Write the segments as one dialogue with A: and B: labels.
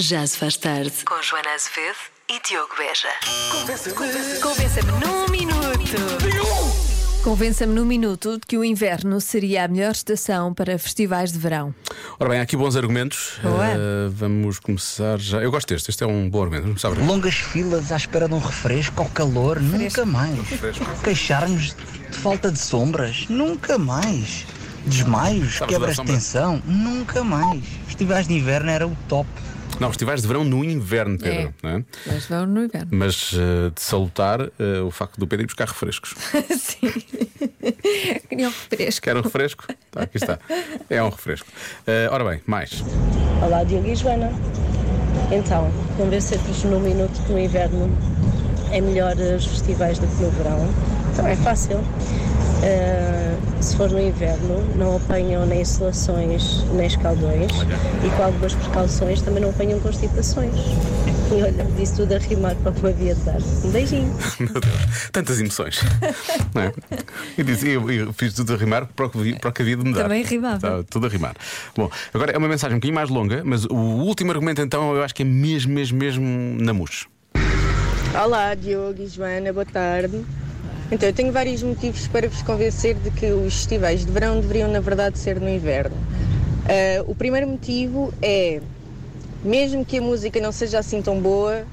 A: Já se faz tarde.
B: Com Joana Azevedo e Diogo Beja.
A: Convença-me num minuto. Convença-me num minuto de que o inverno seria a melhor estação para festivais de verão.
C: Ora bem, há aqui bons argumentos.
A: Boa.
C: Eh, vamos começar já. Eu gosto deste, este é um bom argumento. Vamos começar por-
D: Longas filas à espera de um refresco ao calor,
C: Um
D: nunca mais. Queixar-nos de falta de sombras, nunca mais. Desmaios,
C: Sabes
D: quebras
C: dar
D: de
C: sombra?
D: tensão, nunca mais. Festivais de inverno era o top.
C: Não, festivais de verão no inverno, Pedro. não é?
A: Mas vão no inverno.
C: Mas eh, de salutar eh, o facto do Pedro ir buscar refrescos.
A: Sim. Queria um refresco.
C: Quer um refresco? Tá, aqui está. É um refresco. Eh, ora bem, mais.
E: Olá, Diogo e Joana. Então, convencer-vos no minuto que no inverno é melhor os festivais do que no verão. Então é fácil. Ah, se for no inverno, não apanham nem insolações nem escaldões e com algumas precauções também não apanham constipações. E olha, disse tudo a rimar para uma via de dar. Um beijinho.
C: Meu Deus, tantas emoções. não é? eu, disse, eu, eu fiz tudo a rimar para o que vi- para o que havia de mudar.
A: Também rimava.
C: Tá, tudo a rimar. Bom, agora é uma mensagem um bocadinho mais longa, mas o último argumento então eu acho que é mesmo, mesmo, mesmo namus.
F: Olá, Diogo e Joana, boa tarde. Então, eu tenho vários motivos para vos convencer de que os festivais de verão deveriam, na verdade, ser no inverno. Ah, o primeiro motivo é, mesmo que a música não seja assim tão boa,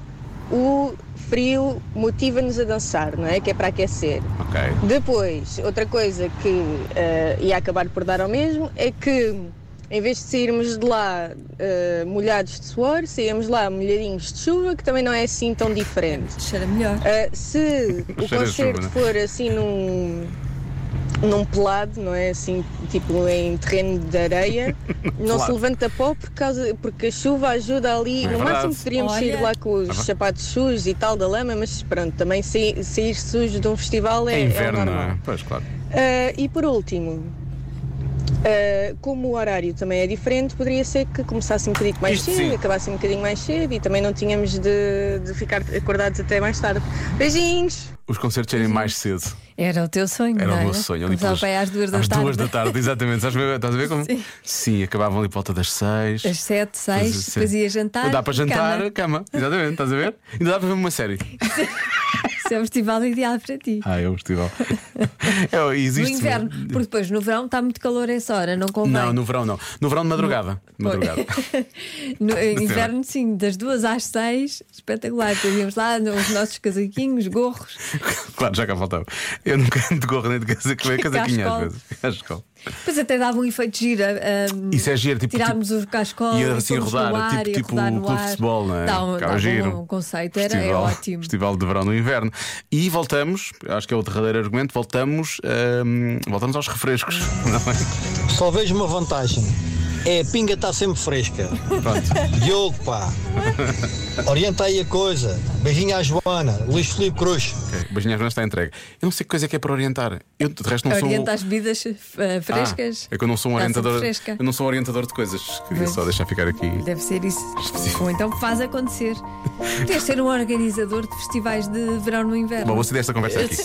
F: o frio motiva-nos a dançar, não é? Que é para aquecer.
C: Ok.
F: Depois, outra coisa que eh, ia acabar por dar ao mesmo é que em vez de sairmos de lá eh, molhados de suor, saímos lá molhadinhos de chuva, que também não é assim tão diferente.
A: Cheira melhor.
F: Eh, se
C: Cheira a
F: o
C: chuva,
F: concerto
C: né?
F: for assim num, num pelado, não é assim, tipo em terreno de areia, não se
C: Pelado.
F: levanta pó por causa, porque a chuva ajuda ali.
C: É
F: no
C: verdade. É
F: máximo poderíamos
A: Olha.
F: sair lá com os sapatos sujos e tal da lama, mas pronto, também sair, sair sujo de um festival é,
C: É
F: é o
C: inverno, não
F: normal.
C: é? Pois, claro.
F: Ah, e por último, ah, como o horário também é diferente, poderia ser que começasse um bocadinho mais
C: Isto
F: cedo,
C: sim.
F: acabasse um bocadinho mais cedo e também não tínhamos de, de ficar acordados até mais tarde. Beijinhos!
C: Os concertos serem mais cedo.
A: Era o teu sonho,
C: Era
A: não é?
C: o meu sonho. Ali
A: Mas ao
C: pelas-
A: pé às duas da tarde.
C: duas da tarde, exatamente. Estás a ver, estás a ver como? Sim. acabavam ali por volta das seis.
A: Às sete, seis,
C: Sim.
A: depois ia jantar.
C: Dá para jantar,
A: cama.
C: cama. Exatamente, estás a ver? Ainda dá para ver uma série.
A: Isso é o festival ideal para ti.
C: Ah, é um festival. É,
A: No
C: existe.
A: inverno, porque depois no verão está muito calor essa hora, não convém.
C: Não, no verão não. No verão de madrugada. De madrugada.
A: No eh, inverno, sim, das duas às seis, espetacular. Tínhamos lá os nossos casaquinhos, gorros.
C: claro, já cá faltava. Eu nunca ando de gorro nem de casa, casaquinho às
A: Cascola.
C: vezes. Cascola.
A: Depois até dava um efeito gira. Um,
C: Isso é giro, tipo-
A: Tirámos
C: tipo-
A: o cascola
C: e assim
A: fomos
C: rodar,
A: no ar,
C: tipo-
A: e a
C: tipo
A: rodar
C: o
A: no
C: clube de
A: ar.
C: futebol, não é?
A: Dá um,
C: Ficava
A: dá um
C: giro.
A: bom conceito, era é
C: Festival- Tipo,
A: ótimo.
C: Festival de verão no inverno. E voltamos, acho que é o derradeiro argumento, voltamos, hum, voltamos aos refrescos.
A: Hum.
C: Não é?
G: Só vejo uma vantagem. É a pinga está sempre fresca.
C: Pronto.
G: Diogo, pá. Orienta aí a coisa. Beijinho à Joana. Luís Filipe Cruz.
C: Ok, Beijinho às mãos, está entregue. Eu não sei que coisa é que é para orientar. Eu de resto não
A: Orienta as
C: sou. um-
A: bebidas eh,
C: Ah,
A: frescas.
C: é que eu não sou um
A: Dá
C: orientador.
A: sempre fresca.
C: Eu não sou um orientador de coisas. Queria
A: Pois.
C: só deixar ficar aqui.
A: Deve ser isso.
C: Específico.
A: Ou então faz acontecer. Tens de ser um organizador de festivais de verão no inverno.
C: Bom, vou sair desta conversa aqui.